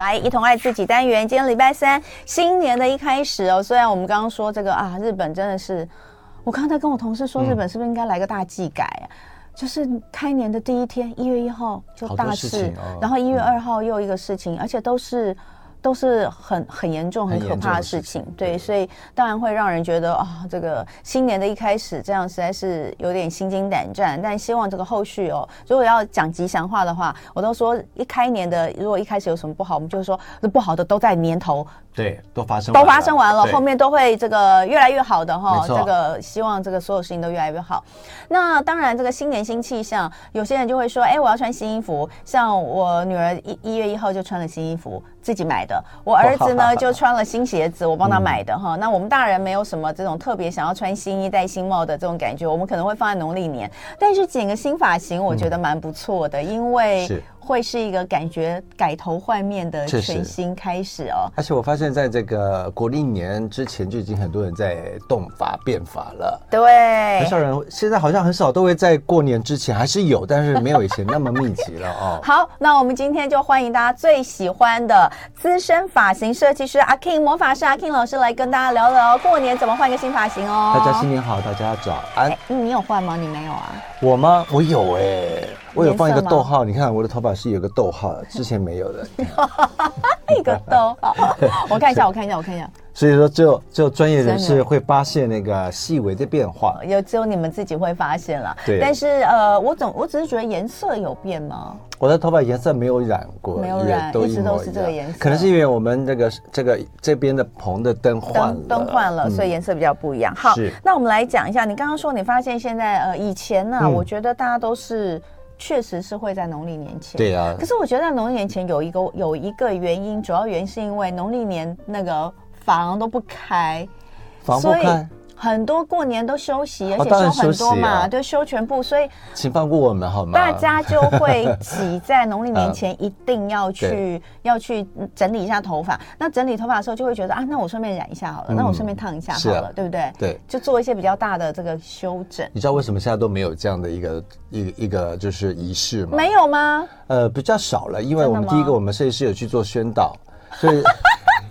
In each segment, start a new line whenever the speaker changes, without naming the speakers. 来，一同爱自己单元。今天礼拜三，新年的一开始哦。虽然我们刚刚说这个啊，日本真的是，我刚才跟我同事
嗯
说，日本是不是应该来个大祭改啊？就是开年的第一天，一月一号就
好多
大
事
事，
情哦
然后一月二号又一个事情，而且都是都是很很严重、很
很
可
严重
怕的
的
事
事
情
情。
对，
对
所以当然会让人觉得啊、这个新年的一开始这样实在是有点心惊胆战。但希望这个后续哦，如果要讲吉祥话的话，我都说一开年的，如果一开始有什么不好，我们就说不好的都在年头
对，都发生
都发生完了，
对
后面都会这个越来越好的哈。
没错
这个希望这个所有事情都越来越好。那当然，这个新年新气象，有些人就会说，哎，我要穿新衣服。像我女儿一一月一号就穿了新衣服，自己买的。我儿子呢就穿了新鞋子，我帮他买的
嗯
哈。那我们大人没有什么这种特别想要穿新衣戴新帽的这种感觉，我们可能会放在农历年，但是剪个新发型，我觉得蛮不错的，因为
是
会是一个感觉改头换面的
确实
全新开始哦。
而且我发现，在这个国历年之前，就已经很多人在动法变法了。
对。
很，少人现在好像很少都会在过年之前，还是有，但是没有以前那么密集了哦
好，那我们今天就欢迎大家最喜欢的资深发型设计师阿 King 魔法师阿 King 老师来跟大家聊聊过年怎么换个新发型哦。
大家新年好，大家早安
哎。嗯你有换吗？你没有啊？
我吗？我有哎、我有放一个
颜色吗
逗号。你看我的头发是有个逗号的，之前没 有的。
哎一个都好，我看一下，我看一下，我看一下，
所以说只有只有专业人
真
士
的
会发现那个细微的变化。
有只有你们自己会发现了。
对
但是呃，我总我只是觉得颜色有变吗？
我的头发颜色没有染过，
没有染
也都
一直
模
都是这个
样
颜色
可能是因为我们这个这个这边的棚的灯换了，
灯灯换了，
嗯
所以颜色比较不一样。好
是，
那我们来讲一下，你刚刚说你发现现在呃以前呢、
嗯
我觉得大家都是确实是会在农历年前。
对啊
可，是我觉得在农历年前有一个有一个原因，主要原因是因为农历年那个房都不开，
防不开，
很多过年都休息，而
哦
且
当然
很
休
多
息
嘛，
啊
对，休全部，所以
请放过我们好吗？
大家就会挤在农历年
嗯
前，一定要去要去整理一下头发。那整理头发的时候，就会觉得啊，那我顺便染一下好了，那我顺便烫一下
嗯是
好
啊
了，对不对？
对
就做一些比较大的这个修整，
你知道为什么现在都没有这样的一个一个一个就是仪式吗？
没有吗？
呃，比较少了，因为
真的
我们第一
吗
个我们设计师有去做宣导，所以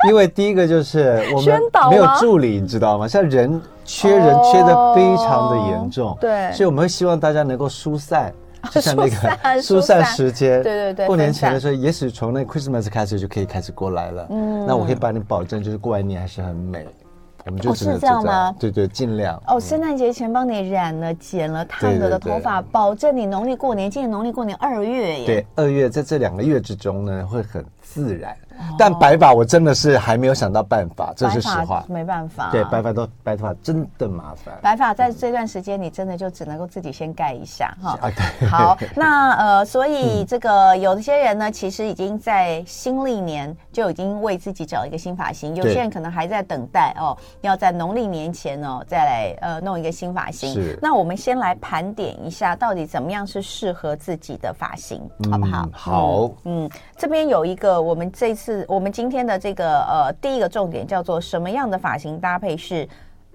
因为第一个就是我们
宣导
没有
吗
助理，你知道吗？像人缺人缺的非常的严重
哦，对
所以我们会希望大家能够疏 散。就像那
疏散
个 疏散时间，
对对对
过年
分散
前的时候，也许从那 Christmas 开始就可以开始过来了。嗯，那我可以帮你保证，就是过完年还是很美。我们就
哦
只
是
能
这
就
样吗
对对，尽量。
哦，圣诞节前帮你染了、剪了、烫了的
嗯对对
头发，保证你农历过年，今年农历过年二月耶。
对，二月在这两个月之中呢，会很自然。但白发我真的是还没有想到办法，这
哦白
是实
发
话。
没办法。
对，白发都白头发真的麻烦。
白发在这段时间，你真的就只能够自己先盖一下哈。
啊，嗯对，
好，那呃，所以这个有一些人呢，其实已经在新历年就已经为自己找一个新发型，有
对
些人可能还在等待哦，要在农历年前哦再来呃弄一个新发型
是。
那我们先来盘点一下，到底怎么样是适合自己的发型，好不好
嗯？好，
嗯，这边有一个我们这次我们今天的这个呃第一个重点叫做什么样的发型搭配是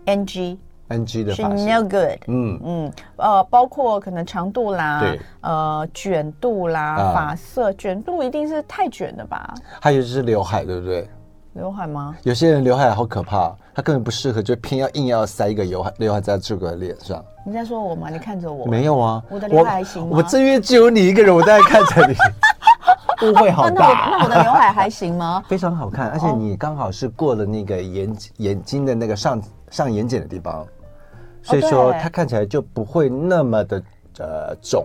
NG
，NG 的
是
发型，
no good。
嗯，
嗯，呃，包括可能长度啦
对，
呃，卷度啦，
啊
发色，卷度一定是太卷了吧？
还有就是刘海，对不对？
刘海吗？
有些人刘海好可怕，他根本不适合，就偏要硬要塞一个刘海，刘海在这个脸上。
你在说我吗？你看着我，
没有啊，
我的刘海还行吗
我这边只有你一个人，我在看着你， 误会好
啊那我
大。？
那我的刘海还行吗
非常好
哦
看，而且你刚好是过了那个眼眼睛的那个上上眼睑的地方，所以说
哦对
它看起来就不会那么的呃肿，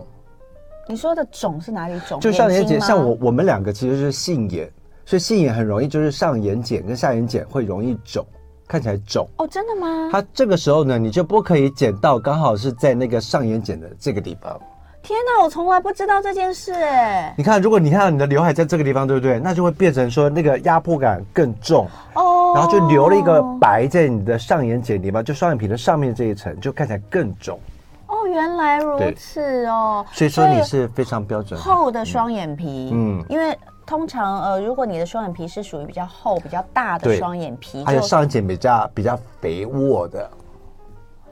你说的肿是哪里肿？
就上眼
睛
睑，
吗
像我我们两个其实是杏眼，所以杏眼很容易就是上眼睑跟下眼睑会容易肿，看起来肿。
哦，真的吗？
它这个时候呢，你就不可以剪到刚好是在那个上眼睑的这个地方。
天哪，我从来不知道这件事哎。
你看，如果你看到你的刘海在这个地方，对不对？那就会变成说那个压迫感更重。
哦，
然后就留了一个白在你的上眼睑里面，就双眼皮的上面这一层，就看起来更肿。
哦，原来如
对
此哦。
所以说你是非常标准的。
厚的双眼皮，嗯
嗯，
因为通常呃，如果你的双眼皮是属于比较厚、比较大的
对
双眼皮，
还有
就
上眼睑比较比较肥沃的，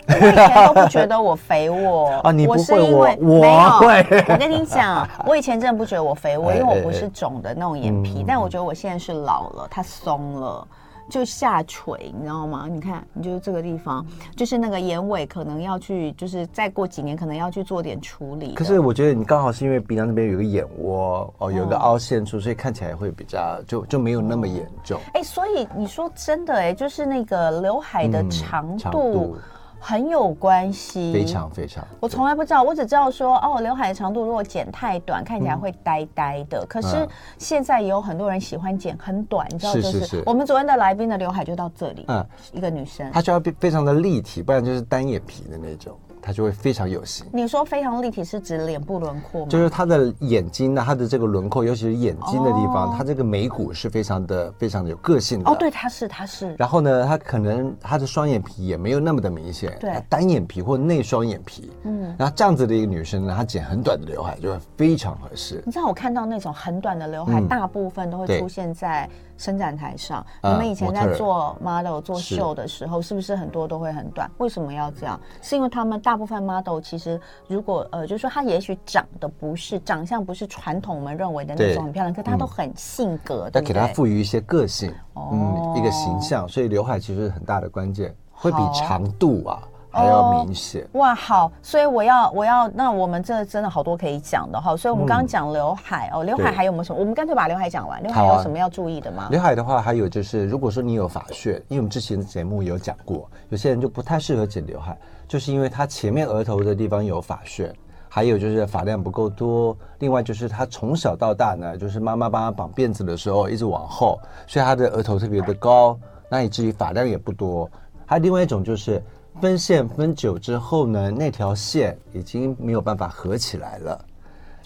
我以前都不觉得我肥我
啊你不
我是
会
因
我
为
我啊
没有
会
我跟你讲，我以前真的不觉得我肥我，因为
哎哎
我
哎
不是肿的那种眼皮，
嗯
但我觉得我现在是老了，它松了。就下垂，你知道吗？你看，你就是这个地方，就是那个眼尾，可能要去，就是再过几年可能要去做点处理的。
可是我觉得你刚好是因为鼻梁那边有个眼窝哦，有一个
嗯
凹陷处，所以看起来会比较就就没有那么严重。
哎、所以你说真的、哎，就是那个刘海的
嗯
长
长
度
度
很有关系，
非常非常，
我从来不知道，我只知道说哦，刘海的长度如果剪太短，看起来会呆呆的。可是
嗯
现在也有很多人喜欢剪很短，你知道，就是是
是是
我们昨天的来宾的刘海就到这里，
嗯，
一个女生。
它就要非非常的立体，不然就是单眼皮的那种，它就会非常有型。
你说非常立体是指脸部轮廓吗？
就是它的眼睛呢，它的这个轮廓，尤其是眼睛的地方，
哦
它这个眉骨是非常的非常的有个性的。
哦，对，她是她是，
然后呢，他可能他的双眼皮也没有那么的明显，
对
他单眼皮或内双眼皮，嗯，然后这样子的一个女生呢，她剪很短的刘海就会非常合适。
你知道我看到那种很短的刘海，
嗯
大部分都会
对
出现在伸展台上。
啊
你们以前在
模特儿
做 model 做
是
秀的时候，是不是很多都会很短？为什么要这样？是因为他们大部分 model 其实如果呃，就是说他也许长得不是长相不是传统我们认为的那
对
种很漂亮，可他都很性格，
嗯要
对不
给它
对？
赋予一些个性，
哦
嗯，一个形象，所以刘海其实是很大的关键，会比
好
长度啊还要明显。
哇，好，所以我要我要，那我们这真的好多可以讲的哈。所以我们刚刚讲刘海、哦，刘海
嗯对
还有没有什么？我们干脆把刘海讲完。刘海
好啊
有什么要注意的吗？
刘海的话，还有就是，如果说你有发屑，因为我们之前的节目有讲过，有些人就不太适合剪刘海，就是因为他前面额头的地方有发屑，还有就是发量不够多，另外就是他从小到大呢，就是妈妈帮他绑辫子的时候一直往后，所以他的额头特别的高，那以至于发量也不多。还有另外一种就是分线分久之后呢，那条线已经没有办法合起来了。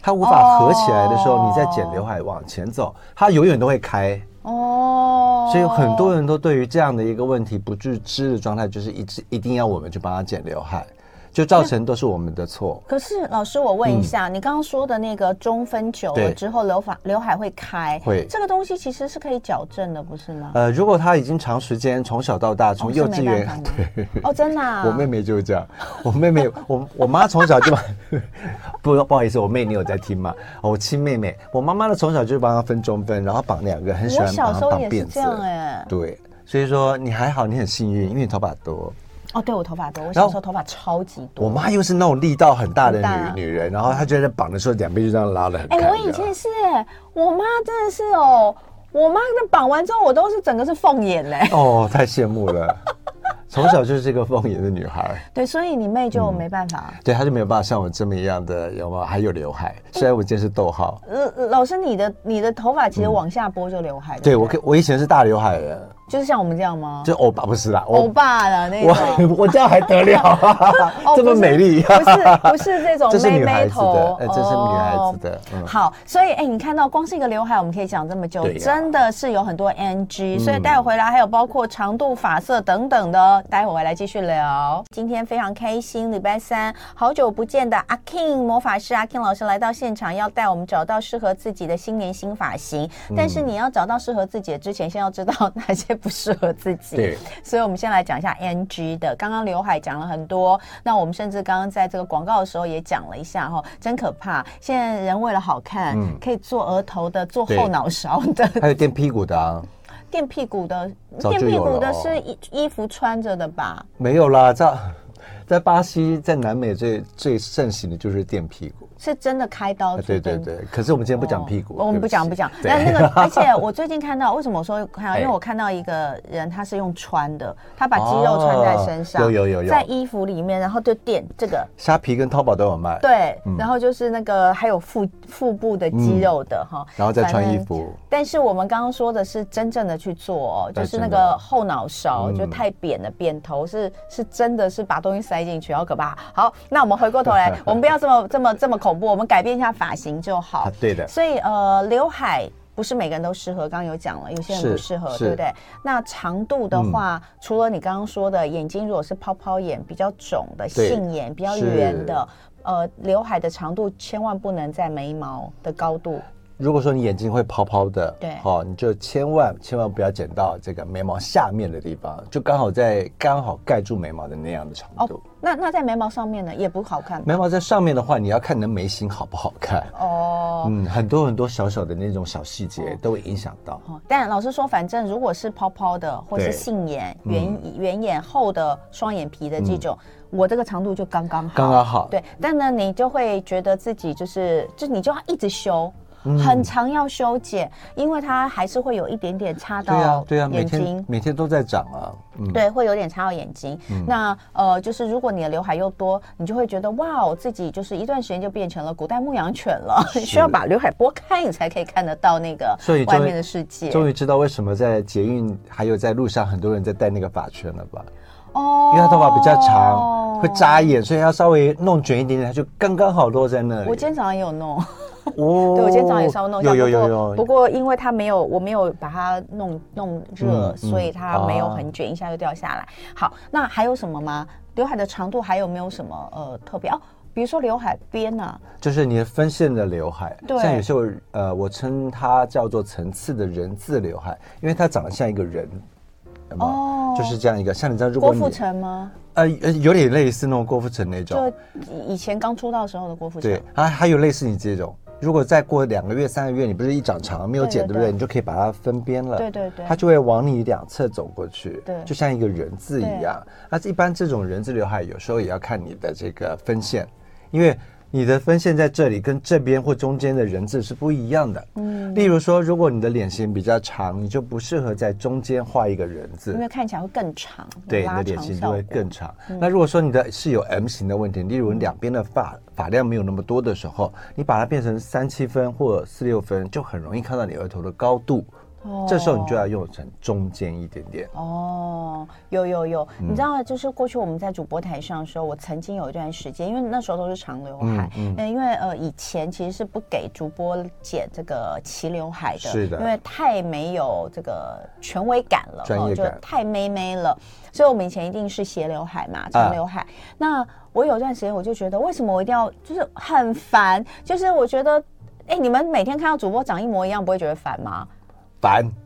它无法合起来的时候
哦
你再剪刘海往前走，它永远都会开。
哦，
所以很多人都对于这样的一个问题不自知的状态，就是一直一定要我们去帮他剪刘海，就造成都是我们的错。
可是老师，我问一下，你刚刚说的那个中分久了
嗯对
之后，刘发刘海会开，
会
这个东西其实是可以矫正的，不是吗？
呃，如果他已经长时间从小到大，从
哦
幼
是
稚园，
没办法吗
对，
哦，真的、啊，
我妹妹就是这样，我妹妹，我我妈从小就把， 不 不好意思，我妹你有在听吗？哦我亲妹妹，我妈妈呢从小就帮她分中分，然后绑两个，很喜
我
欢
小
帮
时
她
候
绑
也是
辫
这
子，
样哎、
对，所以说你还好，你很幸运，因为你头发多。
哦，对我头发多，我
然
小
后
时候头发超级
我
多。
妈又是那种力道很大的
很大
女女人，然后她觉得绑的时候两边就这样拉的很开
哎、
这样。啊
我以前也是哎、我妈真的是哦，我妈那绑完之后，我都是整个是凤眼嘞、
哦，太羡慕了，从小就是这个凤眼的女孩。
对，所以你妹
嗯
就没办法。
对，她就没有办法像我这么一样的，有吗？还有刘海，虽然我今天是逗号。
呃，老师，你的你的头发其实往下拨就刘海，
嗯对
不
我可，我以前是大刘海人，
就是像我们这样吗？
就欧巴不是啦，
欧
我
巴的那种。
我 我这样还得了
哦，
这么
不是
美丽，
不是不是这种
这是
妹
女孩
妹
子
头
的，，哎，这是女孩
哦
子。的，嗯。
好，所以哎、你看到光是一个刘海，我们可以讲这么久，
对呀嗯
真的是有很多 NG，、所以待会回来还有包括长度、发色等等的，待会回来继续聊。今天非常开心，礼拜三，好久不见的阿 King 魔法师阿 King 老师来到现场，要带我们找到适合自己的新年新发型。但
嗯
是你要找到适合自己的之前，先要知道哪些不适合自己。
对，
所以我们先来讲一下 NG 的。刚刚刘海讲了很多，那我们甚至刚刚在这个广告的时候也讲了一下哈，真可怕！现在人为了好看，
嗯
可以做额头的，做
对
后脑勺的，
还有垫屁股的啊，
垫屁股的，
早
垫
就
屁
有
股
了
的
哦
是衣衣服穿着的吧？
没有啦，在在巴西，在南美最最盛行的就是垫屁股。
是真的开刀
啊
去
对对
垫
对，可是我们今天不讲屁股，
哦我们
对
不
起
讲不讲。
对
那那个，而且我最近看到，为什么我说看到？因为
哎
我看到一个人，他是用穿的，他把肌肉穿在身上，
哦有有有有
在衣服里面，然后就垫这个，
虾皮跟淘宝都有卖，
对，
嗯
然后就是那个还有腹腹部的肌肉的哈，
嗯然后再穿
反
衣
正。
服。
但是我们刚刚说的是真正的去做、哦，
对
就是那
真
个
的
后脑勺
嗯
就太扁了，扁头是是真的是把东西塞进去，好可怕。好，那我们回过头 来，我们不要这么这么这么恐怖，我们改变一下发型就好
啊。，对的，
所以呃，刘海不是每个人都适合，刚刚有讲了，有些人不
是
适合，
是嗯
对不对？那长度的话，除了你刚刚说的眼睛如果是泡泡眼比较肿的、
对
杏眼比较
是
圆的，呃，刘海的长度千万不能在眉毛的高度。
如果说你眼睛会泡泡的，
对
好、你就千万千万不要剪到这个眉毛下面的地方，就刚好在刚好盖住眉毛的那样的长
哦
度。，
那那在眉毛上面呢，也不好看吧
眉毛在上面的话，你要看你的眉形好不好看。
哦。
嗯，很多很多小小的那种小细节都会影响到。
哦，但老实说，反正如果是泡泡的，或是
对嗯
杏眼、圆圆眼后的双眼皮的这种，我这个长度就刚刚好。
刚刚好
对，但呢，你就会觉得自己就是，就你就要一直修。
嗯
很长要修剪，因为它还是会有一点点插
对呀
到，
对呀，啊每
眼睛
天，嗯每天都在长啊。嗯，
对，会有点插到眼睛。那呃，就是如果你的刘海又多，你就会觉得哇哦，自己就是一段时间就变成了古代牧羊犬了，需要把刘海拨开，你才可以看得到那个
所以
外
终于
面的世界。
终于知道为什么在捷运还有在路上很多人在戴那个发圈了吧？
哦
因为他头发比较长，会扎。眼，所以要稍微弄卷一点点，它就刚刚好落在那里。
我今天早上也有弄，
哦
对我今天早上也稍微弄一下，
有
不
有有
过
有，
不过因为它没有，我没有把它弄弄热，
嗯嗯
所以它没有
啊
很卷，一下就掉下来。好，那还有什么吗？刘海的长度还有没有什么呃特别哦？比如说刘海边啊呐、
就是你的分线的刘海，
对
像有些我呃，我称它叫做层次的人字刘海，因为它长得像一个人，有没有
哦
就是这样一个，像你知道，如
郭
果
富
你
城吗？
呃呃有点类似那种郭富城那
就
种，
以前刚出道时候的郭富城
对，，啊还还有类似你这种，如果再过两个月、三个月，你不是一长长没有
对
剪，
对
对不对？
对
你就可以把它分边了，
对对对
它就会往你两侧走过去，
对
就像一个人字一样。那一般这种人字刘海有时候也要看你的这个分线，因为你的分线在这里跟这边或中间的人字是不一样的。嗯，例如说，如果你的脸型比较长，你就不适合在中间画一个人字
因，为看起来会更长，
对，
有
你
拉
的脸
长
型
效
就会
果
更长。那如果说你的是有 M 型的问题，例如你两边的发发量没有那么多的时候，你把它变成三七分或四六分，就很容易看到你额头的高度。这时候你就要用成中间一点点。
哦，有有有，
嗯
你知道，就是过去我们在主播台上的时候，我曾经有一段时间，因为那时候都是长刘海，嗯，因为呃以前其实是不给主播剪这个齐刘海的，
是的
因为太没有这个权威感了，
专
哦
业
就
感
太妹妹了，所以我们以前一定是斜刘海嘛，
啊
长刘海。那我有一段时间我就觉得，为什么我一定要就是很烦，就是我觉得。哎、你们每天看到主播长一模一样，不会觉得烦吗？
烦，
不会烦吗？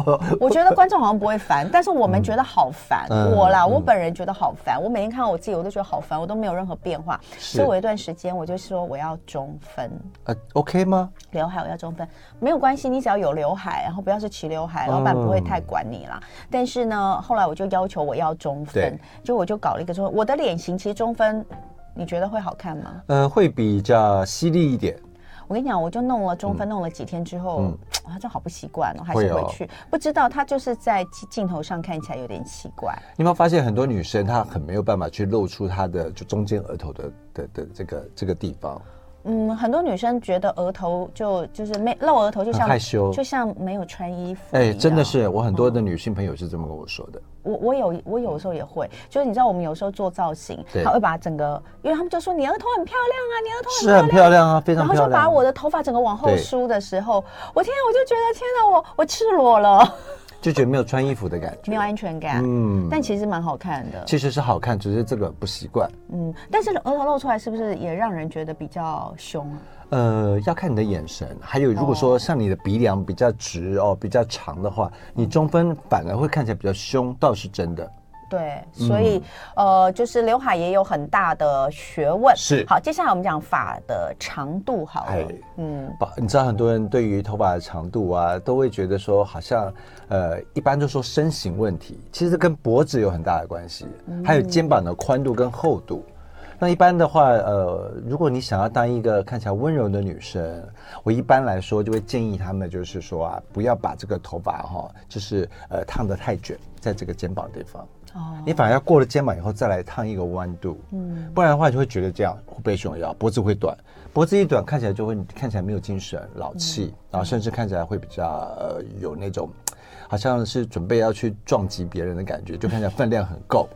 我觉得观众好像不会烦，但是我们觉得好烦。
嗯
我啦，
嗯
我本人觉得好烦。我每天看到我自己，我都觉得好烦，我都没有任何变化。
是
所以我有一段时间我就说我要中分，
呃，OK 吗？
刘海我要中分，没有关系，你只要有刘海，然后不要是齐刘海，老
嗯
板不会太管你啦。但是呢，后来我就要求我要中分
对，
就我就搞了一个中分。我的脸型其实中分，你觉得会好看吗？
呃，会比较犀利一点，
我跟你讲，我就弄了中分，弄了几天之后，啊，这好不习惯哦，还是
嗯会
回
哦
去。不知道它就是在镜镜头上看起来有点奇怪。
你有没有发现很多女生她很没有办法去露出她的就中间额头的的的这个这个地方，
嗯，很多女生觉得额头就就是没露额头，就像
很害羞
就像没有穿衣服。
哎、真的。是我很多的女性朋友是这么跟我说的，
我我有我有时候也会，就是你知道我们有时候做造型，
对
他会把整个，因为他们就说你额头很漂亮啊，你额头很
是很漂亮啊，非
然
常
后
漂
就
亮
把
啊。
我的头发整个往后
对
梳的时候，我天啊，我就觉得天哪，我我赤裸了，
就觉得没有穿衣服的感觉，
没有安全感。
嗯
但其实蛮好看的。
其实是好看，只是这个不习惯。
嗯，但是额头露出来是不是也让人觉得比较凶啊？
呃，要看你的眼神，还有如果说像你的鼻梁比较直哦，比较长的话，你中分反而会看起来比较凶，倒是真的。
对，所以、呃，就是刘海也有很大的学问。
嗯是
好，接下来我们讲发的长度好了
哎。
嗯，
把你知道很多人对于头发的长度啊，都会觉得说好像呃，一般都说身形问题，其实跟脖子有很大的关系，还有肩膀的宽度跟厚度。那一般的话，呃，如果你想要当一个看起来温柔的女生，我一般来说就会建议她们，就是说啊，不要把这个头发哈、就是呃烫得太卷，在这个肩膀地方，
哦，
你反而要过了肩膀以后再来烫一个弯度，嗯，不然的话你就会觉得这样会被熊腰，脖子会短，脖子一短看起来就会看起来没有精神、老气，然后甚至看起来会比较呃有那种。好像是准备要去撞击别人的感觉，就看起来分量很够，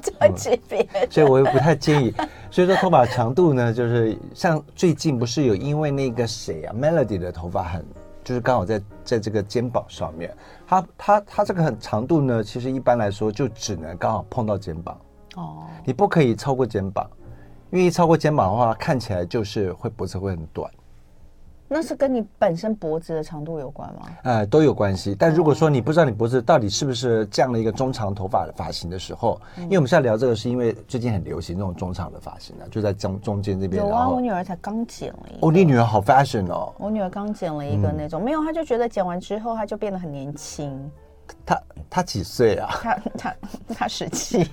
这级别
所以我也不太建议。所以说头发长度呢，就是像最近不是有因为那个谁啊，Melody 的头发很，就是刚好在在这个肩膀上面，它它它这个很长度呢，其实一般来说就只能刚好碰到肩膀，
哦，
你不可以超过肩膀，因为一超过肩膀的话，看起来就是会脖子会很短。
那是跟你本身脖子的长度有关吗？
呃，都有关系。但如果说你不知道你脖子到底是不是这样的一个中长头发的发型的时候，
嗯
因为我们现在聊这个，是因为最近很流行这种中长的发型啊，就在中中间这边。
有
然
啊，
后
我女儿才刚剪了一个。
哦，嗯你女儿好 fashion 哦，
我女儿刚剪了一个那种，没有，她就觉得剪完之后她就变得很年轻。
她她几岁 啊？
她她她十七，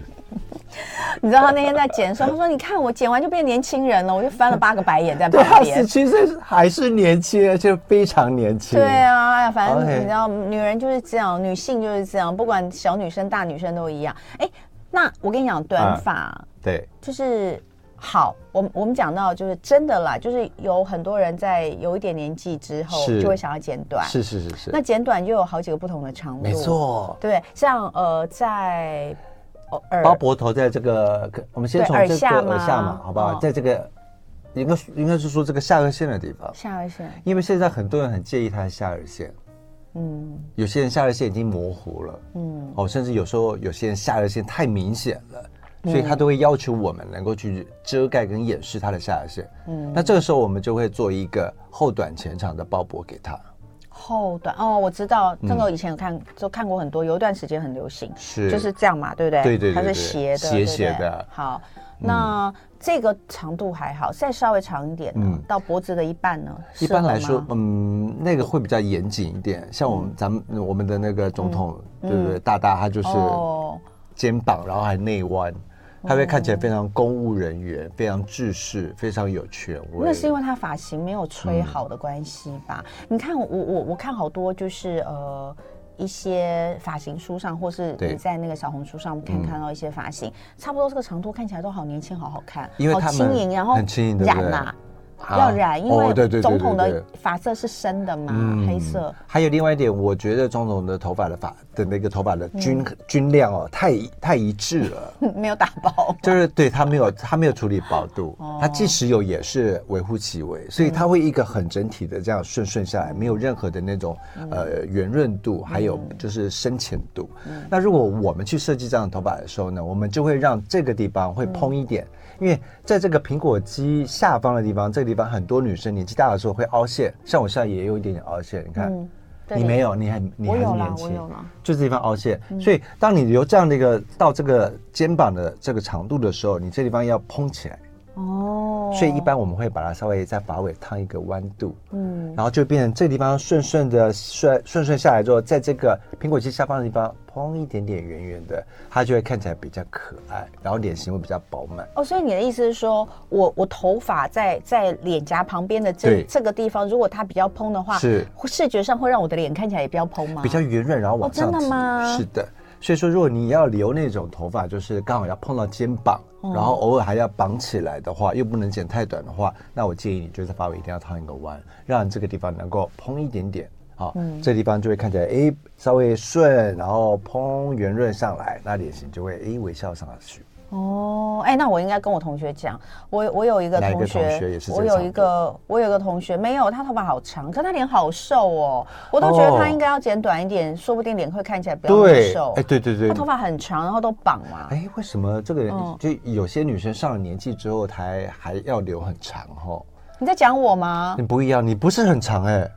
你知道她那天在剪的时候，她说：“你看我剪完就变年轻人了。”我就翻了八个白眼 在
对，
旁
她十
边。
七岁还是年轻，而且非常年轻。
对啊，哎呀反正
OK
你知道，女人就是这样，女性就是这样，不管小女生、大女生都一样。哎，那我跟你讲，短
嗯
发。
对
就是好，我们我们讲到就是真的啦，就是有很多人在有一点年纪之后
是
就会想要剪短，
是是是是，
那剪短就有好几个不同的长度，
没，错。
对，像呃在哦耳
包脖头在这个，可我们先
对
从
耳
这个
下嘛
耳下嘛，好不好？
哦
在这个应该应该是说这个下颚线的地方，
下颚线，
因为现在很多人很介意他的下颚线，
嗯
有些人下颚线已经模糊了，
嗯，
哦，甚至有时候有些人下颚线太明显了，
嗯
所以他都会要求我们能够去遮盖跟掩饰他的下颚线。嗯，那这个时候我们就会做一个后短前长的包脖给他。
后短哦，我知道这
嗯
个以前有看就看过很多，有一段时间很流行，
是
就是这样嘛，对不对？
对对对
它
对
是斜的，
斜
对不对
斜的嗯
好，那这个长度还好，再稍微长一点呢，
嗯
到脖子的一半呢，
一般来
适合
说
吗，嗯
嗯，那个会比较严谨一点。像我们、咱们呃我们的那个总统，对不对？大大他就是
哦。
肩膀，然后还内弯，他会看起来非常公务人员，非常制式，非常有权威。
那是因为他发型没有吹好的关系吧？你看我我我看好多就是呃一些发型书上，或是
对嗯
你在那个小红书上看看到一些发型，差不多这个长度看起来都好年轻，好好看，
因为
好
他
轻
们
盈，然后
很轻盈对不对
染啊，
啊
要染，因
哦对对
为
对
总统
对嗯
的
对
发色是深的嘛，黑色。
还有另外一点，我觉得总统的头发的发的那个头发的
嗯
均、均量哦，太一太一致了，
没有打包。
就是对他没有他没有处理薄度，
哦
他即使有也是微乎其微，所以他会一个很整体的这样顺顺下
嗯
来，没有任何的那种呃圆润度，还有就是深浅度。
嗯
那如果我们去设计这样的头发的时候呢，我们就会让这个地方会蓬一
嗯
点，因为在这个苹果肌下方的地方，这个地方很多女生年纪大的时候会凹陷，像我现在也有一点点凹陷，你看。
嗯，对
你没有，你很你
我
还是
有啦
年
我
轻
有啦，嗯
就这地方凹陷。所以当你留这样的一个到这个肩膀的这个长度的时候，你这地方要蓬起来。
哦，
所以一般我们会把它稍微在发尾烫一个弯度，
嗯
然后就变成这地方顺顺的顺顺顺下来之后，在这个苹果肌下方的地方蓬一点点圆圆的，它就会看起来比较可爱，然后脸型会比较饱满。
哦，所以你的意思是说，我我头发在在脸颊旁边的这
对
这个地方，如果它比较蓬的话，
是
会视觉上会让我的脸看起来也比较蓬吗？
比较圆润，然后往上
哦真
提。
的吗
是的，所以说如果你要留那种头发，就是刚好要碰到肩膀，
哦
然后偶尔还要绑起来的话，又不能剪太短的话，那我建议你就是发尾一定要烫一个弯，让这个地方能够蓬一点点。好，
嗯
这地方就会看起来诶稍微顺，然后蓬圆润上来，那脸型就会诶微笑上去。
哦，哎，那我应该跟我同学讲，我我有一个
哪一个
同学，
同学也是这
我
个
有
长
一
度
个我有一个同学，没有，他头发好长，可他脸好瘦哦，我都觉得他
哦
应该要剪短一点，说不定脸会看起来比较那么
对
瘦。，
哎，对对对
他，头发很长，然后都绑嘛。
哎，为什么这个人
嗯
就有些女生上了年纪之后，还还要留很长哦？
你在讲我吗？
你不一样，你不是很长哎、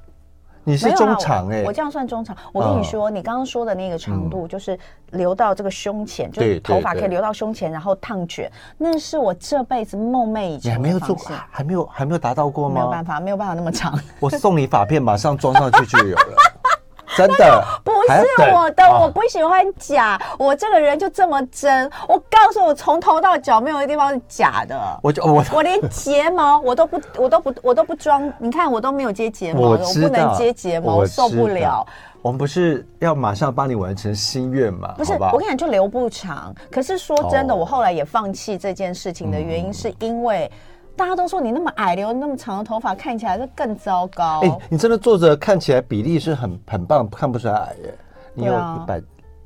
你是
没有啦
中长嗯哎、
我我这样算中长。我跟你说，你刚刚说的那个长度，就是留到这个胸前，就是
嗯对
头发
对
可以留到胸前，然后烫卷，那是我这辈子梦寐以求的
你还没有做
方
过，啊
式
还还没有还没有达到过
没有
吗
办？法，没有办法那么长。
我送你发片，马上装上去就有 了，真的
不
还要
是
等
我的，
哦
我不喜欢假，我这个人就这么真。我告诉我，从头到脚没有一个地方是假 的。
我就我
我连睫毛我都不，我都不，我都不装。你看，我都没有接睫毛，
我
我
知
不
道，
能接睫毛，
我知道
受不了。。
我们不是要马上帮你完成心愿吗？
不是，
好吧
我跟你讲，就留不长。可是说真的，
哦嗯
我后来也放弃这件事情的原因，是因为大家都说你那么矮，留那么长的头发，看起来就更糟糕。
哎、你真的坐着看起来比例是很很棒，看不出来矮耶。你有
对啊
一百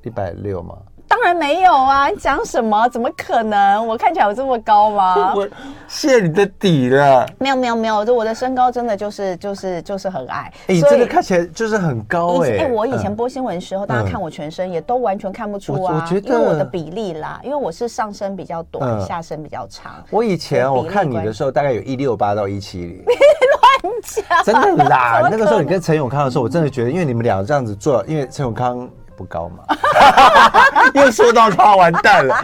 一百六吗？
当然没有啊，你讲什么？怎么可能？我看起来有这么高吗？
我谢你的底了。
没有没有没有，就我的身高真的就是就是就是很矮，
哎、你
所
真
以
的看起来就是很高
以
哎、
前哎、我以前
嗯
播新闻的时候，大家看我全身也都完全看不出
我
啊，
我觉
因为我
得
的比例啦，因为我是上身比较短，
嗯
下身比较长。
我以前
跟比
我
例
看你
关
的时候，大概有一六八到一七零，
假，
真 的
怎
啦
么，
那个
可
时候你
能
跟陈永康的时候，我真的觉得，因为你们俩这样子做，因为陈永康不高 嘛，又说到他完蛋了。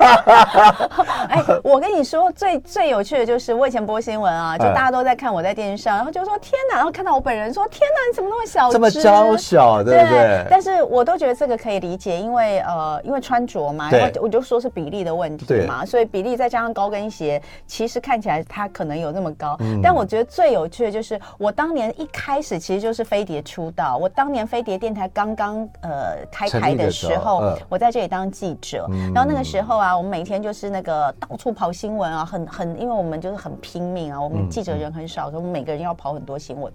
哎，我跟你说，最最有趣的就是我以前播新闻啊，就
哎
大家都在看我在电视上，然后就说天哪，然后看到我本人说天哪，你怎么那么小只，啊
这么娇小，对不对？
但是我都觉得这个可以理解，因为呃，因为穿着嘛，
对
然后我就说是比例的问题嘛，所以比例再加上高跟鞋，其实看起来它可能有那么高。
嗯
但我觉得最有趣的就是，我当年一开始其实就是飞碟出道，我当年飞碟电台刚刚呃开
成
台
立
的
的时
时
候
候，
嗯
我在这里当记者，
嗯
然后那个时候啊，我们每天就是那个到处跑新闻啊，很很，因为我们就是很拼命啊，我们
嗯
记者人很少，所以我们每个人要跑很多新闻。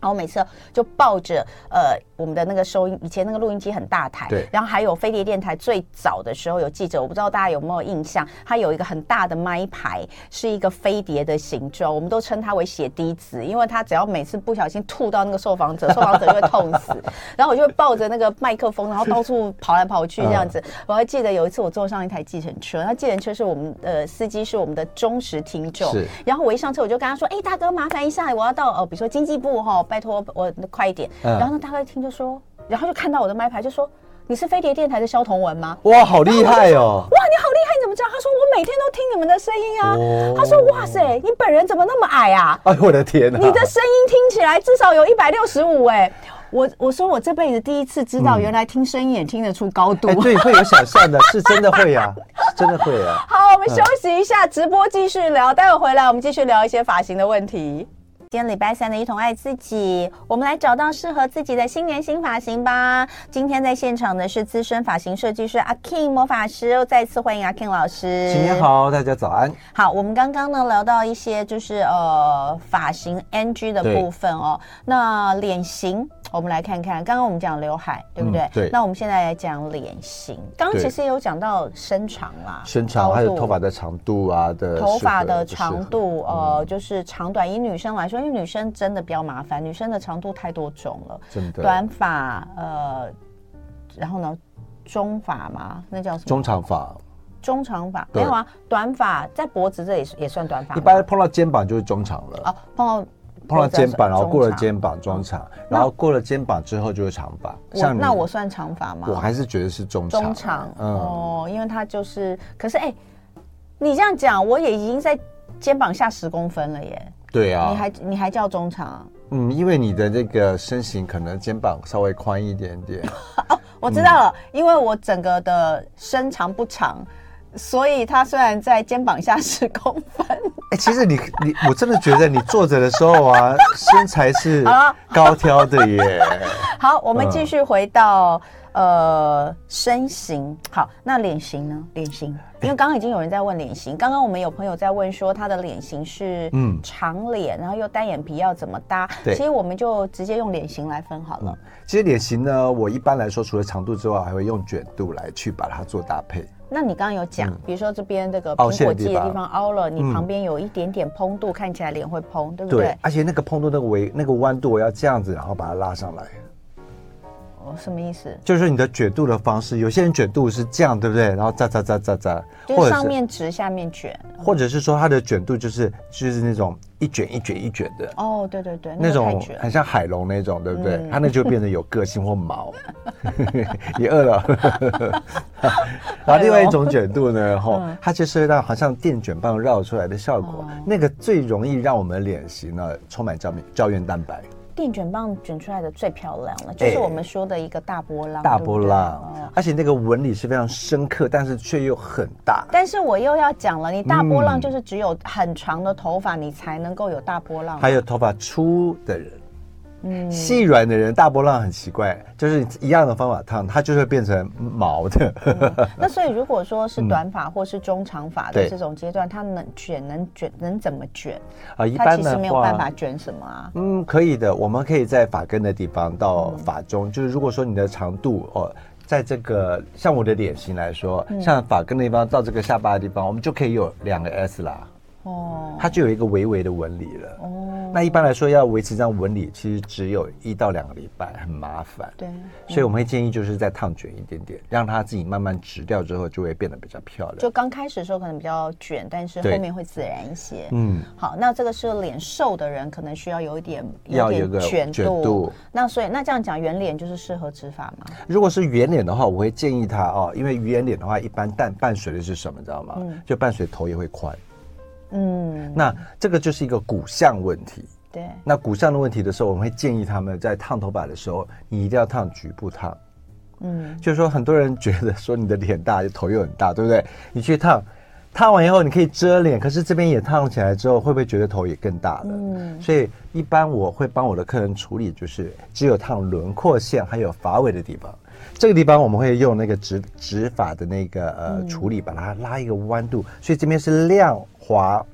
然后每次就抱着呃我们的那个收音，以前那个录音机很大台，
对
然后还有飞碟电台最早的时候有记者，我不知道大家有没有印象，它有一个很大的麦牌，是一个飞碟的形状，我们都称它为血滴子，因为它只要每次不小心吐到那个受访者， 受访者就会痛死。然后我就会抱着那个麦克风，然后到处跑来跑去这样 子。我还记得有一次我坐上一台计程车，那计程车是我们呃司机是我们的忠实听众
是，
然后我一上车我就跟他说：“哎、大哥，麻烦一下，我要到呃，比如说经济部哈、拜托我呃快一点。
嗯
然后呢，大哥一听就说，然后就看到我的麦牌就说：“你是飞碟电台的萧彤文吗？”
哇，好厉害哦！
哇，你好厉害！你怎么知道？他说我每天都听你们的声音啊。
哦
他说哇塞，你本人怎么那么矮 啊？
哎呦，我的天哪！
你的声音听起来至少有一百六十五哎。我我说我这辈子第一次知道，原来听声音也听得出高 度。
哎，对，会有想象的， 是真的会呀、是真的会啊呀、
好，我们休息一下，直播继续聊。待会回来，我们继续聊一些发型的问题。今天礼拜三的一同爱自己，我们来找到适合自己的新年新发型吧。今天在现场的是资深发型设计师阿 King 魔法师，再次欢迎阿 King 老师。
新年好，大家早安。
好，我们刚刚呢聊到一些就是呃发型 NG 的
对
部分哦，那脸型我们来看看，刚刚我们讲刘海对不对？
嗯对
那我们现在来讲脸型，刚刚
对
其实也有讲到身长啦，
身长
高
还有
度
头发。的长度啊的
头发
适合
的
不适合嗯
长度，呃，就是长短。以女生来说，因为女生真的比较麻烦，女生的长度太多种了，
真的
短发，呃，然后呢，中发嘛，那叫什么？
中长发，
中长发没
对
有啊，短发在脖子这里也算短发吗。
一般碰到肩膀就是中长了。
啊，碰到
碰到肩膀，然后过了
膀，
肩膀中长，然后过了肩膀之后就是长发。
哦我
你
那我算长发吗？
我还是觉得是中长。
中长、
嗯
哦，因为它就是，可是哎、你这样讲，我也已经在肩膀下十公分了耶，
对啊，
你还你还叫中长啊？
嗯，因为你的这个身形可能肩膀稍微宽一点 点，
我知道了，因为我整个的身长不长。所以它虽然在肩膀下十公分，
哎、其实你你，我真的觉得你坐着的时候啊，身材 是
啊
高挑的耶。
好，我们继续回到、呃身形。好，那脸型呢？脸型，
哎
因为刚刚已经有人在问脸型，刚刚我们有朋友在问说他的脸型是嗯
嗯
长脸，然后又单眼皮要怎么搭？
对嗯
其实我们就直接用脸型来分好了。
其实脸型呢，我一般来说除了长度之外，还会用卷度来去把它做搭配。
那你刚刚有讲，比如说这边这个
嗯凹
苹
陷
果
的
肌的
地方
地方凹了，你
嗯
旁边有一点点蓬度，看起来脸会蓬，对不
对
对，？
而且那个碰度那个围那个弯度，我要这样子，然后把它拉上来。
哦，什么意思？
就是你的卷度的方式，有些人卷度是这样，对不对？然后扎扎扎扎扎，
就是上面直，下面卷。
或者是说它的卷度就是就是那种一卷一卷一卷的，
哦，对对对，那
那
个太
种
卷了。
很像海龙那种，对不对？
嗯
它那就变得有个性 或毛。也饿了。然后另外一种卷度
哎
呢，吼、
嗯
它就是会让好像电卷棒绕出来的效
哦
果，那个最容易让我们脸型呢充满胶原胶原蛋白。
电卷棒卷出来的最漂亮了，就是
哎
我们说的一个大波浪，
大
对不
波
对
浪，
哦
而且那个纹理是非常深刻，但是却又很大。
但是我又要讲了，你大波浪
嗯
就是只有很长的头发，你才能够有大波浪。
还有头发粗的人，
嗯
细软的人，大波浪很奇怪，就是一样的方法烫，它就会变成毛的。
那所以如果说是短发或是中长发的
嗯对
这种阶段，它能卷能卷能怎么卷？
啊，一
它
般
其
的
实
话，
没有办法卷什么啊。
嗯，可以的，我们可以在发根的地方到发中，
嗯
就是如果说你的长度哦，在这个像我的脸型来说，
嗯
像发根的地方到这个下巴的地方，我们就可以有两个 S 啦，
哦
它就有一个微微的纹理了。
哦，
那一般来说要维持这样纹理，其实只有一到两个礼拜，很麻烦。
对，
所以我们会建议就是再烫卷一点点，让它自己慢慢直掉之后，就会变得比较漂亮。
就刚开始的时候可能比较卷，但是后
对
面会自然一些。
嗯，
好，那这个是脸瘦的人可能需要有一点
要有
点
个
卷
卷度
那所以那这样讲，圆脸就是适合植发吗？
如果是圆脸的话，我会建议它哦，因为圆脸的话，一般伴伴随的是什么，你知道吗？就伴随头也会宽。
嗯，
那这个就是一个骨相问题。
对，
那骨相的问题的时候，我们会建议他们在烫头发的时候，你一定要烫局部烫。
嗯，
就是说，很多人觉得说你的脸大，头又很大，对不对？你去烫，烫完以后你可以遮脸，可是这边也烫起来之后，会不会觉得头也更大了？
嗯
所以一般我会帮我的客人处理，就是只有烫轮廓线还有发尾的地方。这个地方我们会用那个直直发的那个呃、
嗯
处理，把它拉一个弯度，所以这边是亮滑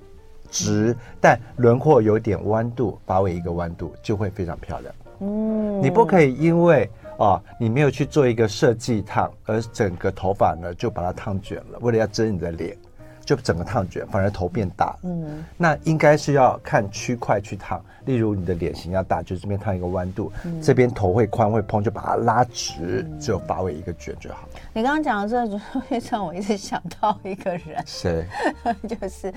直，但轮廓有点弯度，发尾一个弯度就会非常漂亮。
嗯，
你不可以因为啊，你没有去做一个设计烫，而整个头发呢就把它烫卷了，为了要遮你的脸，就整个烫卷，反而头变大。
嗯，
那应该是要看区块去烫，例如你的脸型要大，就这边烫一个弯度，这边头会宽会蓬，就把它拉直，只有发尾一个卷就好。
你刚刚讲的这就 会让我一直想到一个人，
谁？
就是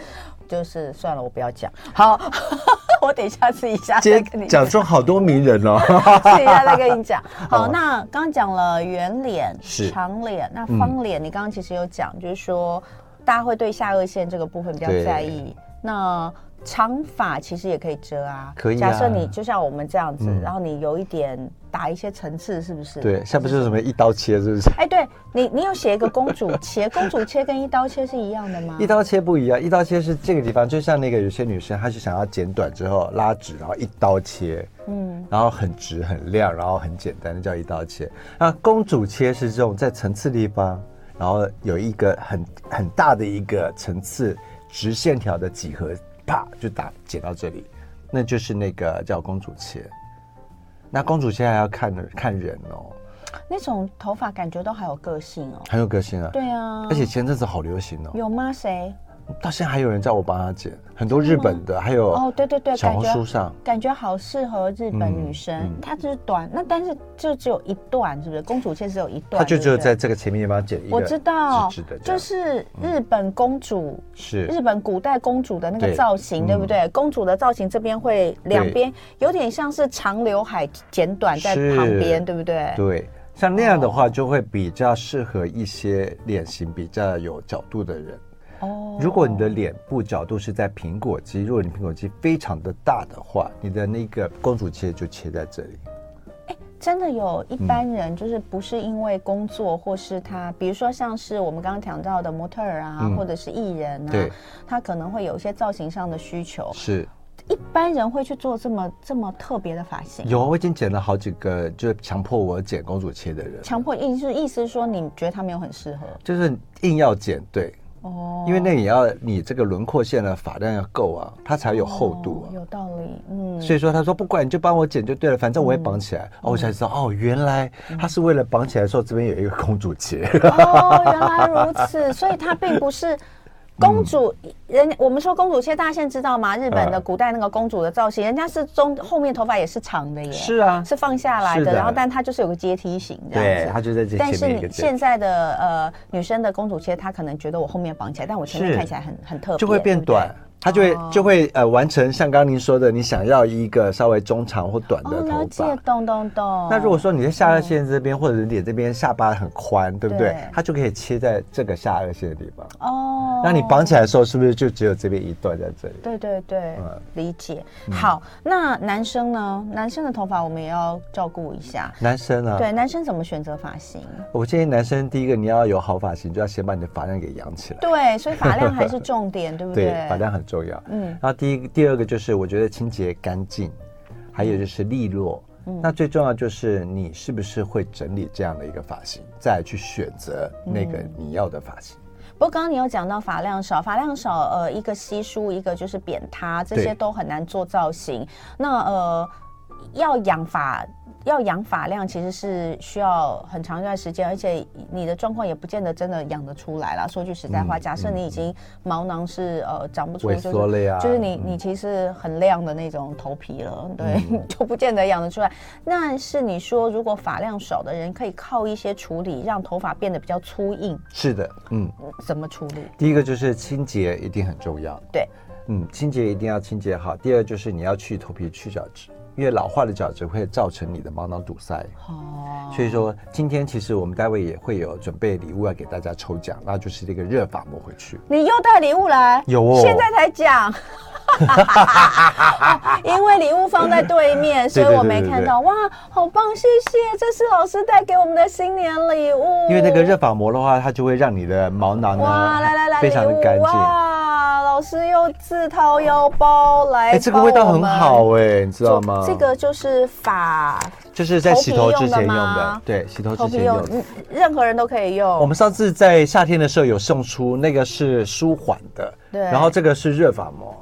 就是算了，我不要讲。好， 我等一下自己下
今
再跟
天
你
讲中好多名人哦。
私底下再跟你 讲。好，
好
那刚刚讲了圆脸、
是嗯
长脸，那方脸，你刚刚其实有讲，就是说大家会对下颚线这个部分比较
对
在意。那长发其实也可以遮啊，
可以啊
假设你就像我们这样子，
嗯
然后你有一点打一些层次，是不是？。
对，下面就是什么一刀切，是不是？
哎，对你，你有写一个公主 切，公主切跟一刀切是一样的吗？
一刀切不一样，一刀切是这个地方，就像那个有些女生，她是想要剪短之后拉直，然后一刀切，
嗯，
然后很直很亮，然后很简单，那叫一刀切。那公主切是这种在层次地方，然后有一个很很大的一个层次直线条的几何，啪就打剪到这里，那就是那个叫公主切。那公主切还要看看人哦，
那种头发感觉都好有个性哦。
很有个性啊。
对啊，
而且前阵子好流行哦，
有吗？谁？
到现在还有人叫我帮她剪，很多日本的，还有
哦，对对对，
小
感
红
觉
书上。
感觉好适合日本女
嗯
生
嗯，
她就是短，那但是就只有一段，是不是？公主线只有一段，
他就只有
对不对
在。这个前面地方剪一个，
我知道
直直的，这
就
样，嗯
是日本公主，
是
日本古代公主的那个
对嗯
造型，对不对？公主的造型这边会两边有点像是长刘海剪短在
是
旁边，对不对？
对，像那样的话就会比较适合一些脸型比较有角度的人。
哦
如果你的脸部角度是在苹果肌，如果你苹果肌非常的大的话，你的那个公主切就切在这里。
真的有一般
嗯
人，就是不是因为工作，或是他，比如说像是我们刚刚讲到的模特儿啊，
嗯
或者是艺人啊
对，
他可能会有一些造型上的需求。
是
一般人会去做这么这么特别的发型？
有，我已经剪了好几个，就是强迫我剪公主切的人，
强迫意思意思是说你觉得他没有很适合
就是硬要剪，对，
哦
因为那也要你这个轮廓线的发量要够啊，它才有厚度
哦
啊。
有道理，嗯，
所以说，他说不管你就帮我剪就对了，反正我也绑起来。哦，我才知道
嗯
哦，原来他是为了绑起来的时候，这边有一个公主结。
哦，原来如 此，所以它并不是。公主，
嗯
人我们说公主切，大家现在知道吗？日本的
啊
古代那个公主的造型，人家是中后面头发也是长的耶，
是啊
是放下来
是
的，
的
然后但它就是有个阶梯型这样
对
子，
它就在这
但是
前面一
你
个阶
现在的呃女生的公主切，她可能觉得我后面绑起来，但我前面
是
看起来很很特别，
就会变
对不对
短，它就
哦
会就会呃完成像刚刚您说的，你想要一个稍微中长或短
哦，
的
了
头
解
发，。
懂懂懂。
那如果说你的下颚线这边或者你脸这边下巴很宽，对不对
对？
它就可以切在这个下颚线的地方。
哦，
那你绑起来的时候，是不是就只有这边一段在这里？
对对对
嗯，
理解。好，那男生呢？男生的头发我们也要照顾一下。
男生啊，
对，男生怎么选择发型？
我建议男生第一个你要有好发型，就要先把你的发量给养起来。
对，所以发量还是重点，对不 对？
发量很重要。
嗯
嗯，然后第一个第二个就是我觉得清洁干净，还有就是利落。
嗯
那最重要就是你是不是会整理这样的一个发型，再来去选择那个你要的发型。
不过刚刚你有讲到发量少，发量少，呃，一个稀疏，一个就是扁塌，这些
对
都很难做造型。那呃，要养发要养发量其实是需要很长一段时间，而且你的状况也不见得真的养得出来啦。说句实在话，
嗯
假设你已经毛囊是呃长不出，
萎
就是
缩了呀
就是你
嗯
你其实很亮的那种头皮了，对， 就不见得养得出来。但是你说如果发量少的人，可以靠一些处理让头发变得比较粗硬，
是的，嗯，
怎么处理？
第一个就是清洁一定很重要，
对，
嗯，清洁一定要清洁好。第二就是你要去头皮去角质，因为老化的角质会造成你的毛囊堵塞。
哦，
所以说，今天其实我们单位也会有准备礼物要给大家抽奖，那就是这个热法膜回去。
你又带礼物来，
有哦
现在才 讲。因为礼物放在对面，所以我没看到。哇，好棒！谢谢，这是老师带给我们的新年礼物。
因为那个热法膜的话，它就会让你的毛囊呢，
哇，来来来，
非常的
礼物
干净。
哇，老师又自掏腰包来。
哎，这个味道很好，哎、你知
知
道吗？
这个就是法
就是在洗头之前
头皮用
用
的
的
吗，
对，洗头
头
之
皮
前用
用
的。，
嗯任何人都可以
我
用。
们上次在夏天的时候有送出那个是舒缓的，
对
然后这个是热法膜。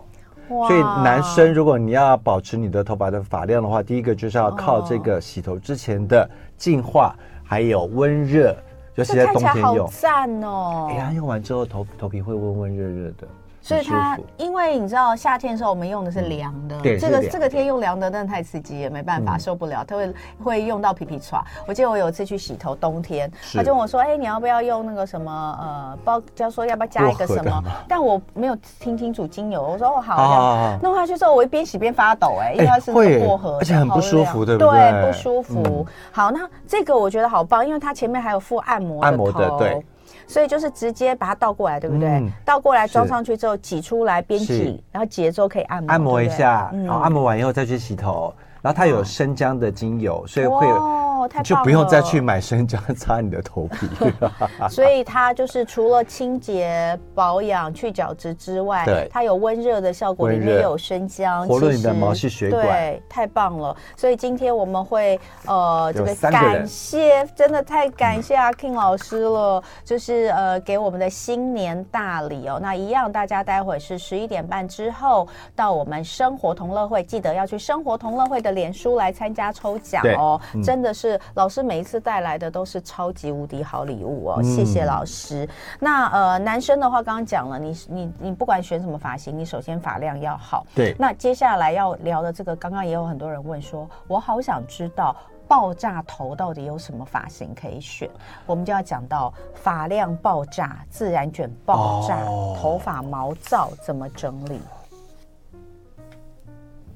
哇
所以男生如果你要保持你的头发的发量的话，第一个就是要靠这
哦
个洗头之前的净化，还有温热，尤其
这
在
看
冬
起来
天
好
用。
赞哦。
哎呀，用完之后头头皮会温温热热的，
所以
很舒
它
服，嗯
因为你知道夏天的时候我们用的是凉的，
对
这
是
个
凉嗯
这个天用凉的真的太刺激了，没办法、受不了，它会会用到皮皮刷。我记得我有一次去洗头，冬天
是
他就问我说：“哎、你要不要用那个什么呃包？就说要不要加一个
薄荷
什么
干嘛？”
但我没有听清楚精油，我说：“哦好。
好
这样
好好好
弄下去之后，我一边洗边发抖、哎，因为
哎
它是
会
薄荷的，
而且很
好
不舒服
凉
对不对
对，不舒服。
嗯
好，那这个我觉得好棒，因为它前面还有附按摩
按摩的
头
对。
所以就是直接把它倒过来，对不对？
嗯
倒过来
是
装上去之后挤出来，边
是
挤，然后挤了之后可以按摩，
按摩一下，
对不对嗯哦
然后按摩完以后再去洗头。然后它有生姜的精油，所以会
哇
有
太棒
就不用再
了
去买生姜 擦你的头皮。
嗯所以它就是除了清洁、保养、去角质之外，
对
它有温热的效果，
温
里
热
面有生姜，
活络
其
你的
实
毛细血管
对，太棒了。所以今天我们会呃，这
有
个
三个人
感谢，真的太感谢阿 King 老师了，就是呃给我们的新年大礼哦。那一样，大家待会是十一点半之后到我们生活同乐会，记得要去生活同乐会的脸书来参加抽奖哦
对嗯。
真的是老师每一次带来的都是超级无敌好礼物哦，谢
嗯
谢老师。那呃，男生的话刚刚讲了，你你你不管选什么发型，你首先发量要好。
对
那接下来要聊的这个，刚刚也有很多人问说，我好想知道爆炸头到底有什么发型可以选，我们就要讲到发量爆炸、自然卷爆炸、
哦
头发毛躁怎么整理。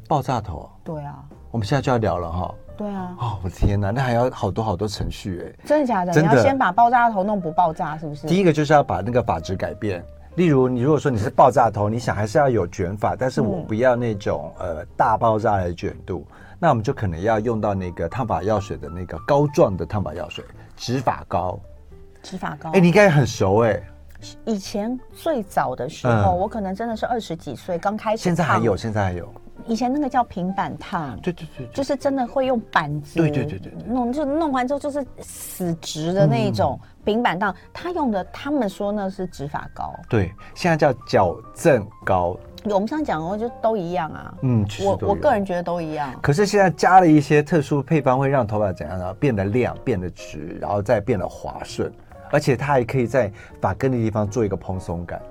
爆炸头，
对啊，
我们现在就要聊了哈。
对啊，
哦，我的天哪，那还要好多好多程序哎。
真的假的？
真
你
的
要先把爆炸头弄不爆炸，是不是？
第一个就是要把那个发质改变。例如，你如果说你是爆炸头，你想还是要有卷发，但是我
嗯
不要那种、呃大爆炸的卷度，那我们就可能要用到那个烫发药水的那个膏状的烫发药水，植发
哦
膏。
植发膏。
哎、你应该很熟哎、
以前最早的时候，
嗯
我可能真的是二十几岁刚开始烫，
现在还有，现在还有。
以前那个叫平板烫。
对对对
就
对，
是真的会用板子，
对对对对对
弄就弄完之后就是死直的那一种
嗯
平板烫。他用的，他们说那是植发膏。
对，现在叫矫正膏。
我们上讲过，就都一样啊。
嗯，其实
我
都
我
有
个人觉得都一样。
可是现在加了一些特殊配方，会让头发怎样呢？变得亮，变得直，然后再变得滑顺，而且它还可以在发根的地方做一个蓬松感。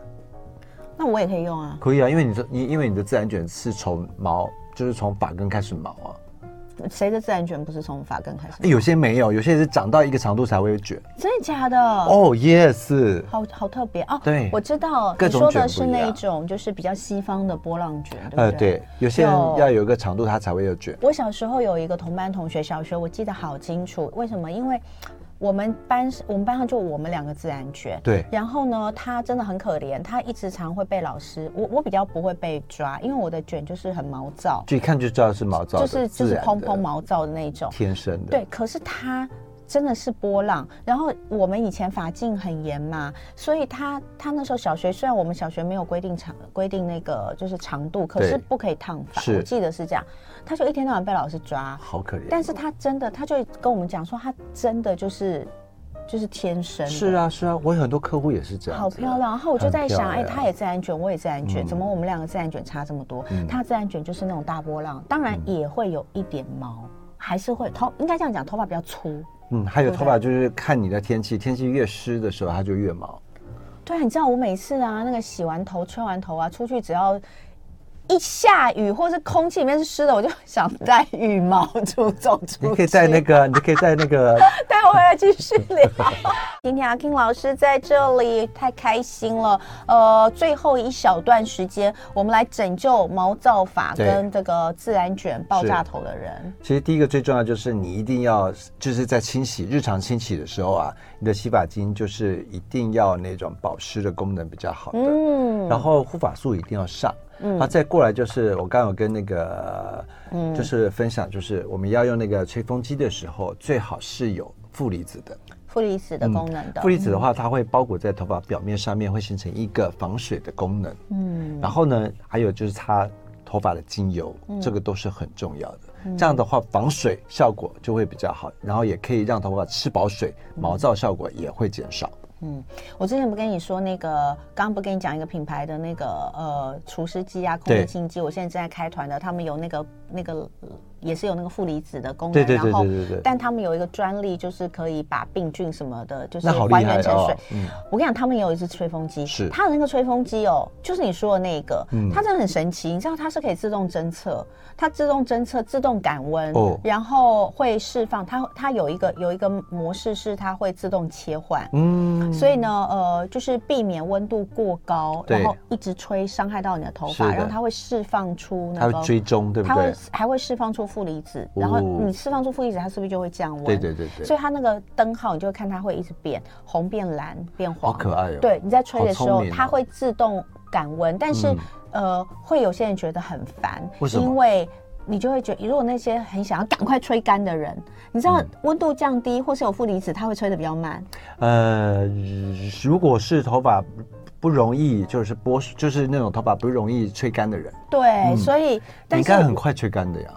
那我也可以用啊，
可以啊，因为你的你因为你的自然卷是从毛，就是从发根开始毛啊。
谁的自然卷不是从发根开始
诶？有些没有，有些是长到一个长度才会卷。
真的假的？
哦、yes，
好好特别哦！
对
我知道
各
你
种
说
卷
的
不
是
一
那
样
一种，就是比较西方的波浪卷，对不对？
呃，对，有些人
有
要有一个长度，它才会有卷。
我小时候有一个同班同学，小学我记得好清楚，为什么？因为我们班是我们班上就我们两个自然卷，
对
然后呢，他真的很可怜，他一直常会被老师，我我比较不会被抓，因为我的卷就是很毛躁，
就一看就知道是毛躁
就
的，
是就
自
是
然
蓬
的
蓬，毛躁的那种。
天生的。
对，可是他真的是波浪。然后我们以前法禁很严嘛，所以他他那时候小学，虽然我们小学没有规定长规定那个就是长度，可是
对
不可以烫发，
是
我记得是这样。他就一天到晚被老师抓，
好可怜。
但是他真的，他就跟我们讲说，他真的就是就是天生的
是。啊是啊，我有很多客户也是这样。啊
好漂亮，。然后我就在想，
很漂
哎，
亮
他也自然卷，我也自然卷，
嗯
怎么我
嗯
们两个自然卷差这么多？他自然卷就是那种大波浪，当然也会有一点毛，还是会头，应该这样讲，头发比较粗。
嗯，还有
对
头发就是看你的天气，天气越湿的时候它就越毛。
对啊，你知道我每次啊，那个洗完头、吹完头啊，出去只要一下雨或是空气里面是湿的，我就想戴羽毛出走出去。
你可以戴那个，你可以戴那个，
待会儿来继续聊。今天阿 King 老师在这里太开心了。呃，最后一小段时间，我们来拯救毛躁法
对
跟这个自然卷爆炸头的人。
其实第一个最重要就是你一定要就是在清洗日常清洗的时候啊，你的洗发精就是一定要那种保湿的功能比较好的，
嗯，
然后护发素一定要上。嗯，啊，再过来就是我刚刚有跟那个，
嗯
就是分享，就是我们要用那个吹风机的时候，最好是有负离子的。
负离子的功能的。
嗯负离子的话，它会包裹在头发表面上面，会形成一个防水的功能。
嗯，
然后呢，还有就是擦头发的精油，这个都是很重要的。
嗯
这样的话，防水效果就会比较好，然后也可以让头发吃饱水，毛躁效果也会减少。
我之前不跟你说那个，刚刚不跟你讲一个品牌的那个呃除湿机啊、空
对
气清机，我现在正在开团的，他们有那个那个呃也是有那个负离子的功能，
对对对
然后
对对对
但他们有一个专利，就是可以把病菌什么的，就是
那好厉
还原
害
成水。
哦！嗯，
我跟你讲，他们也有一只吹风机，
是
它的那个吹风机哦，就是你说的那个，
嗯
它真的很神奇。你知道它是可以自动侦测，它自动侦测、自动感温，
哦
然后会释放它。它有一个有一个模式是它会自动切换，
嗯，
所以呢，呃，就是避免温度过高，
对
然后一直吹伤害到你的头
是
发，
的
然后它会释放出那
它
个，
会嗯追踪，对不
它会
对？
还会释放出负离子，
哦
然后你释放出负离子，它是不是就会降温？
对对对
所
对，
以它那个灯号，你就会看它会一直变红、变蓝、变
好
黄。
可爱哦。
对，你在吹的时
好
候
聪，明哦
它会自动感温，但是、
嗯
呃，会有些人觉得很烦，
为什么
因为你就会觉得，如果那些很想要赶快吹干的人，你知
嗯
道温度降低或是有负离子，它会吹的比较慢。
呃，如果是头发不容易，就是剥，就是那种头发不容易吹干的人，
对，所以
嗯你
但
应
是
该很快吹干的呀。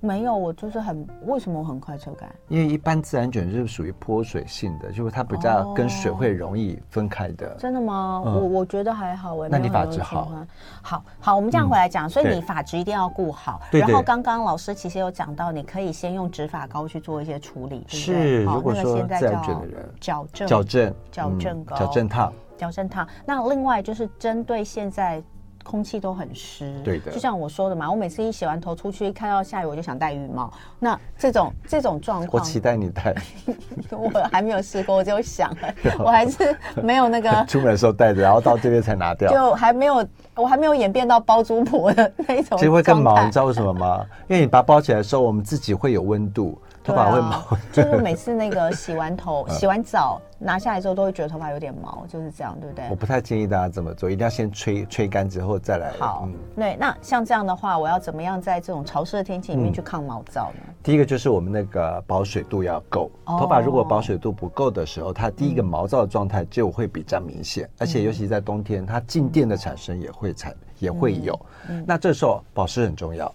没有，我就是很为什么我很快抽干？
因为一般自然卷就是属于泼水性的，就是它比
哦
较跟水会容易分开的。
真的吗？
嗯
我我觉得还好哎、
那
没有
你发
很
质
容易
好嗯
出汗，好好，我们这样回来讲，所以
对
你发质一定要顾好。
对
然后
对
刚刚老师其实有讲到，你可以先用植发膏去做一些处理，对不对
是
好
如果
那个
说
现在
自然
叫
卷的人
矫正
矫正、嗯
矫正膏
矫正烫，
矫正烫。那另外就是针对现在。空气都很湿，
对的
就像我说的嘛，我每次一洗完头出去，看到下雨我就想戴浴帽。那这种这种状
我
况，
期待你戴，，
我还没有试过，我只有想，我还是没有那个
出门的时候戴着，然后到这边才拿掉，
就还没有，我还没有演变到包租婆的那一种状态。
其实会更毛，你知道为什么吗？因为你把它包起来的时候，我们自己会有温度，头
对
发会嗯
啊
毛。，
就是每次那个洗完头、洗完澡拿下来之后，都会觉得头发有点毛，就是这样，对不对
我？不太建议大家这么做，一定要先吹吹干之后再来。嗯
好，对，那像这样的话，我要怎么样在这种潮湿的天气里面去抗毛躁呢？
第一个就是我们那个保水度要够，
哦
头发如果保水度不够的时候，它第一个毛躁的状态就会比较明显，而且尤其在冬天，它静电的产生也会产也会有。那这时候保湿很重要，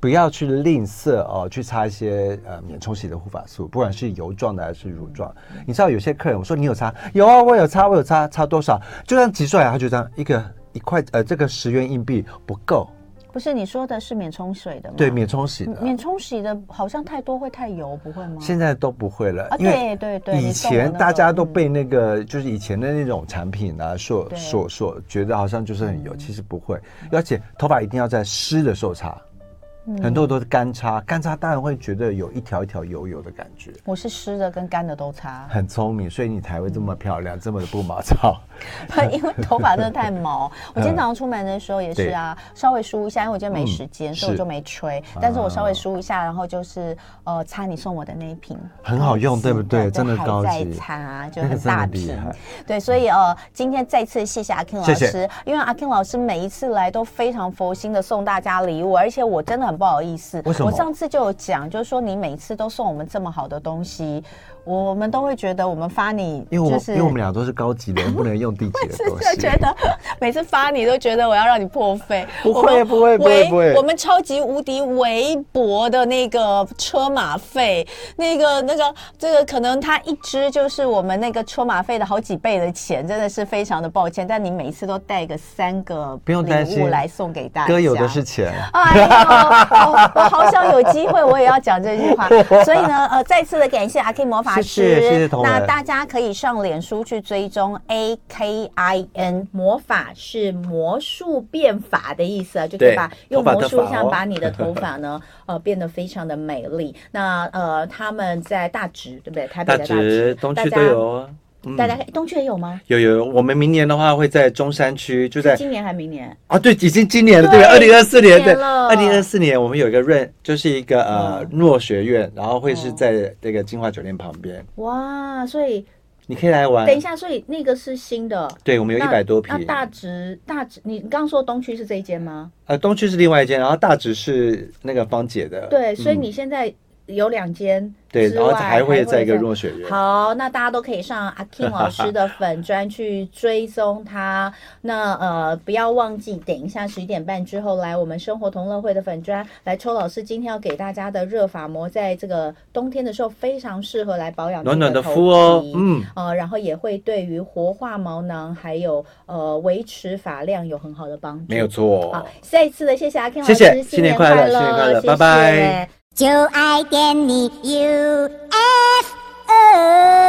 不要去吝啬哦，去擦一些呃免冲洗的护发素，不管是油状的还是乳状。你知道有些客人我说你有擦，有啊，我有擦，我有擦，擦多少？就这样挤出来，他就这样一个一块呃这个十元硬币不够，
不是你说的是免冲水的吗？嗯
对，免冲洗的。
免冲洗的好像太多会太油，不会吗？
现在都不会了，
嗯啊
因为
对对对
以
你送我那
前
个嗯
大家都被那个就是以前的那种产品啊，所
对嗯
所所觉得好像就是很油，其实不会，而且头发一定要在湿的时候擦，
嗯
很多都是干擦，干擦当然会觉得有一条一条油油的感觉。
我是湿的跟干的都擦。
很聪明，所以你才会这么漂
嗯
亮，这么的不毛 躁。
因为头发真的太 毛。
嗯
我今天早上出门的时候也是啊，稍微梳一下，因为我今天没时间，
嗯
所以我
是
就没吹。但是我稍微梳一下，然后就是呃擦你送我的那一瓶，
很好用对不对真的高
还在
级
擦，就
那个
很
真的
大
厉
瓶
害。
对，所以呃，今天再次谢谢阿 King 老师，
谢
因为阿 King 老师每一次来都非常佛心的送大家礼物，而且我真的很不好意思，
为什么
我上次就有讲，就是说你每次都送我们这么好的东西，我们都会觉得我们发你，
因为我、
就是
因为我们俩都是高级的人，不能用低级的
是
东
就觉
西。
得每次发你都觉得我要让你破费，
不
我
会
们
不会不会
微
不会
我们超级无敌微薄的那个车马费，那个那个这个可能它一支就是我们那个车马费的好几倍的钱，真的是非常的抱歉。但你每次都带个三个
不用担
礼物
心
来送给大家，
哥有的是钱，
哎呦，哦我好想有机会我也要讲这句 话。所以呢，呃，再次的感谢阿 K 魔法师，
谢谢谢谢同仁
那大家可以上脸书去追踪 A K I N 魔法是魔术变法的意思啊，就可以
对
把用魔术
头发的法
像
哦
把你的头发呢， 呃，变得非常的美丽。那呃，他们在大直对不对？台北
大
的大直
直、东
大
区
家
都有啊。嗯
大家可以东区也有吗？
有有，我们明年的话会在中山区，就在
今年还明年？
啊，对，已经今年了，对，二
对
零二四年，
今
对，
年了
二零二四年我们有一个润，就是一个呃诺学院，然后会是
嗯
在这个金华酒店旁边，
哇，所以
你可以来玩
等。一下，所以那个是新的，
对，我们有
那，
一百多平
那，大直大直，你刚刚说东区是这一间吗？
呃，东区是另外一间，然后大直是那个芳姐的，
对，所以
嗯
你现在有两间之
对，
外，
然后还会在一个
再
诺学院，
好，那大家都可以上阿 Kim 老师的 粉专去追踪他。那呃，不要忘记，等一下十一点半之后来我们生活同乐会的粉专来抽老师今天要给大家的热发膜，在这个冬天的时候非常适合来保养
暖暖
的
的肤哦，
嗯。
嗯，
呃，然后也会对于活化毛囊还有呃维持发量有很好的帮助。
没有错
好，，再一次的谢谢阿 Ken 老师，
哦谢谢
新
新年快乐
乐，
新年快乐
谢
拜拜
谢
就爱点你 UFO。